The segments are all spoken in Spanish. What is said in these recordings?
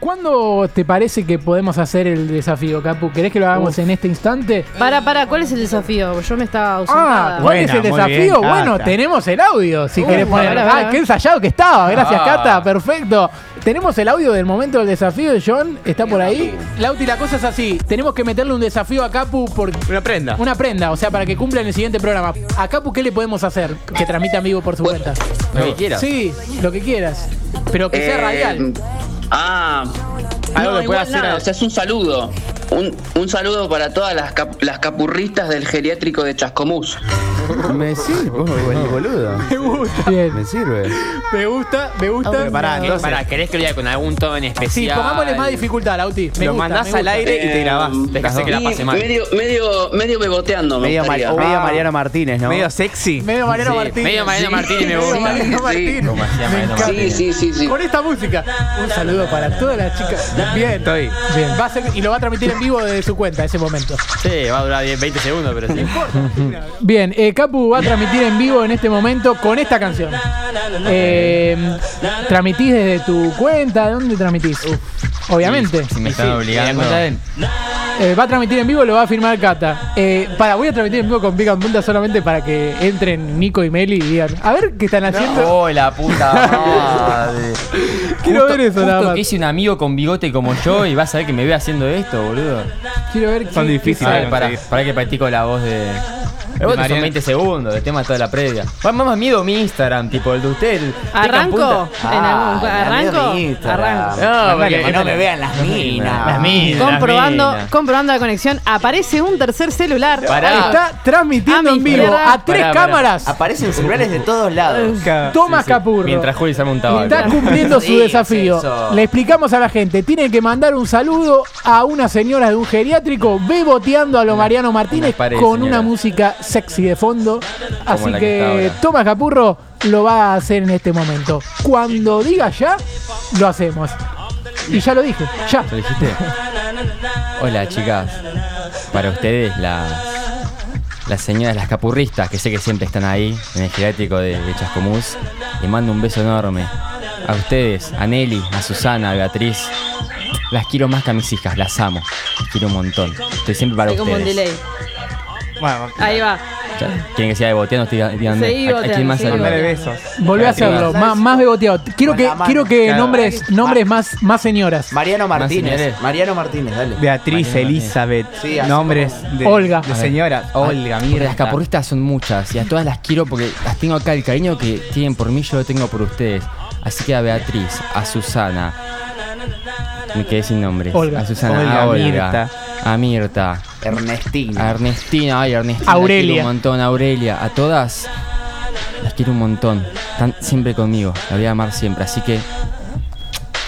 ¿Cuándo te parece que podemos hacer el desafío, Capu? ¿Querés que lo hagamos en este instante? Para, para, ¿cuál es el desafío? Yo me estaba Ah, ¿cuál ausentada. es Buena, el muy bien, desafío? Cata. bueno, tenemos el audio, si Uh, querés poner. a ver, a ver. Ah, qué ensayado que estaba. Gracias, Ah. Cata. Perfecto. Tenemos el audio del momento del desafío de John. Está por ahí. Lauti, la cosa es así. Tenemos que meterle un desafío a Capu por Una prenda. una prenda, o sea, para que cumpla en el siguiente programa. A Capu, ¿qué le podemos hacer? Que transmita en vivo por su cuenta. Lo que quieras. Sí, lo que quieras. Pero que sea Eh, radial. Ah, Algo no, que pueda igual hacer nada, a- o sea, es un saludo. Un, un saludo para todas las, cap- las capurristas del geriátrico de Chascomús. Me sirve, uy, buen boludo. Bien. Me sirve. Me gusta, me gusta. Pero pará, No, ¿qué- no sé. pará, ¿querés que lo diga con algún tono en Sí, especial? pongámosle más dificultad, Lauti. Me lo gusta, mandás me gusta. al aire y te Eh, grabás. Dejás Ajá. que la pase mal. Medio, medio, medio beboteando, me Medio, Mar- gustaría. o medio Mariano Martínez, ¿no? Medio sexy. Medio Mariano Sí, Martínez. Medio Mariano Sí. Martínez me Medio gusta. Mariano Sí. Martínez. Como hacía Me Mariano encanta. Sí, sí, sí, sí. Con esta música. Un saludo para todas las chicas. Bien. Estoy. Bien. Va a ser- y lo va a transmitir en vivo desde su cuenta ese momento. Sí, va a durar 10, 20 segundos, pero sí. Bien, eh, Capu va a transmitir en vivo en este momento con esta canción. Eh, ¿Transmitís desde tu cuenta? ¿Dónde transmitís? Obviamente. Si me están Sí, obligando. me la cuenta Eh, va a transmitir en vivo, lo va a firmar Cata. Eh, para, voy a transmitir en vivo con Pica en Punta solamente para que entren Nico y Meli y digan, a ver qué están haciendo. Oh, la puta madre. Quiero ver eso, nada Justo más. que hice un amigo con bigote como yo y vas a ver que me ve haciendo esto, boludo. Quiero ver Son qué- difíciles. Sí, a lo ver, para, conseguí. para que practico la voz de. de vos te son Mariano. 20 son 20 segundos, el tema toda la previa. Va más miedo mi Instagram, tipo el de usted. el- ¿Arranco? pica en punta. Ah, En algún- la ¿Arranco? mierda Instagram. Arranco. No, Mandale, porque mandale. no me vean las minas. Las minas. las Comprobando, minas. comprobando la conexión, aparece un tercer celular. Pará. Ahí está. Está transmitiendo Ah, en mi vivo izquierda. a tres Pará, pará. cámaras. Aparecen celulares de todos lados. Toma Capurro. Mientras Juli se arma un tabaco. Está cumpliendo su Sí, desafío. es eso. Le explicamos a la gente. Tienen que mandar un saludo a una señora de un geriátrico beboteando a lo Mariano Martínez pared, con señora. una música sexy de fondo. Así la que, que está ahora. Tomás Capurro lo va a hacer en este momento. Cuando diga ya, lo hacemos. Y ya lo dije, ya. ¿Lo dijiste? Hola, chicas. Para ustedes, las, las señoras, las capurristas, que sé que siempre están ahí, en el geriátrico de, de Chascomús, les mando un beso enorme. A ustedes, a Nelly, a Susana, a Beatriz. Las quiero más que a mis hijas, las amo. Las quiero un montón. Estoy siempre para Hay como un ustedes. delay. Ahí va. Ya, ¿Quieren que sea de boteando? Estoy digando. Seguí ¿A- a boteando, quién más seguí saludo? boteando. besos. Volvé a hacerlo, más, más beboteado. Quiero Con que, la mano. quiero que Claro. nombres, nombres más, más señoras. Mariano Martínez. señores. Mariano Martínez, dale. Beatriz, Mariano Elizabeth, Sí, así nombres de, Olga. de señoras. Olga, Porque mira. Las capurristas son muchas y a todas las quiero porque las tengo acá. El cariño que tienen por mí, yo lo tengo por ustedes. Así que a Beatriz, a Susana. Me quedé sin nombres. Olga. A Susana, Olga, a Olga. Mirta. A Mirta. A Ernestina. Ernestina, ay, Ernestina. la Aurelia. quiero un montón, Aurelia. A todas las quiero un montón. Están siempre conmigo. La voy a amar siempre. Así que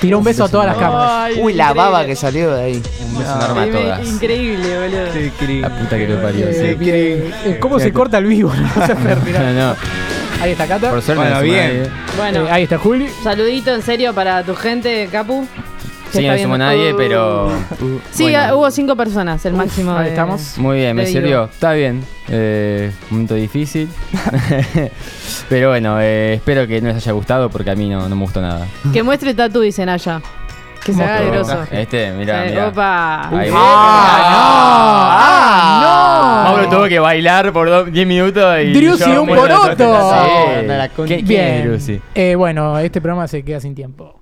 Tira un beso a todas las cámaras. Ay, Uy, la increíble. baba que salió de ahí. un beso enorme a Increíble, todas. Increíble, boludo. Qué increíble. La puta que lo parió. Eh, Sí, bien. quieren- Eh, ¿Cómo se corta el vivo? No vas a ver, mirá. No, no, Ahí está Cata. por suerte Bueno, no se bien. nadie. Bueno, Eh, ahí está Juli. saludito en serio para tu gente, Capu. que Sí, está no viendo. somos nadie, Uh. pero. uh, Sí, bueno. ah, hubo cinco personas, el máximo. ahí de- estamos. Muy bien, me Te digo. sirvió. Está bien. Eh, momento difícil. Pero bueno, eh, espero que no les haya gustado porque a mí no, no me gustó nada. Que muestre tatu, dicen allá. Que se haga Pero- Ah, groso. Este, mirá, Eh, mirá. Opa. Ahí Ahí va. Ah, Mauro tuvo que bailar por do- 10 minutos y. Driussi, yo un muy- poroto. Sí. No, no la con- ¿Qué- ¿Quién es Bien. Driussi? Eh, bueno, este programa se queda sin tiempo.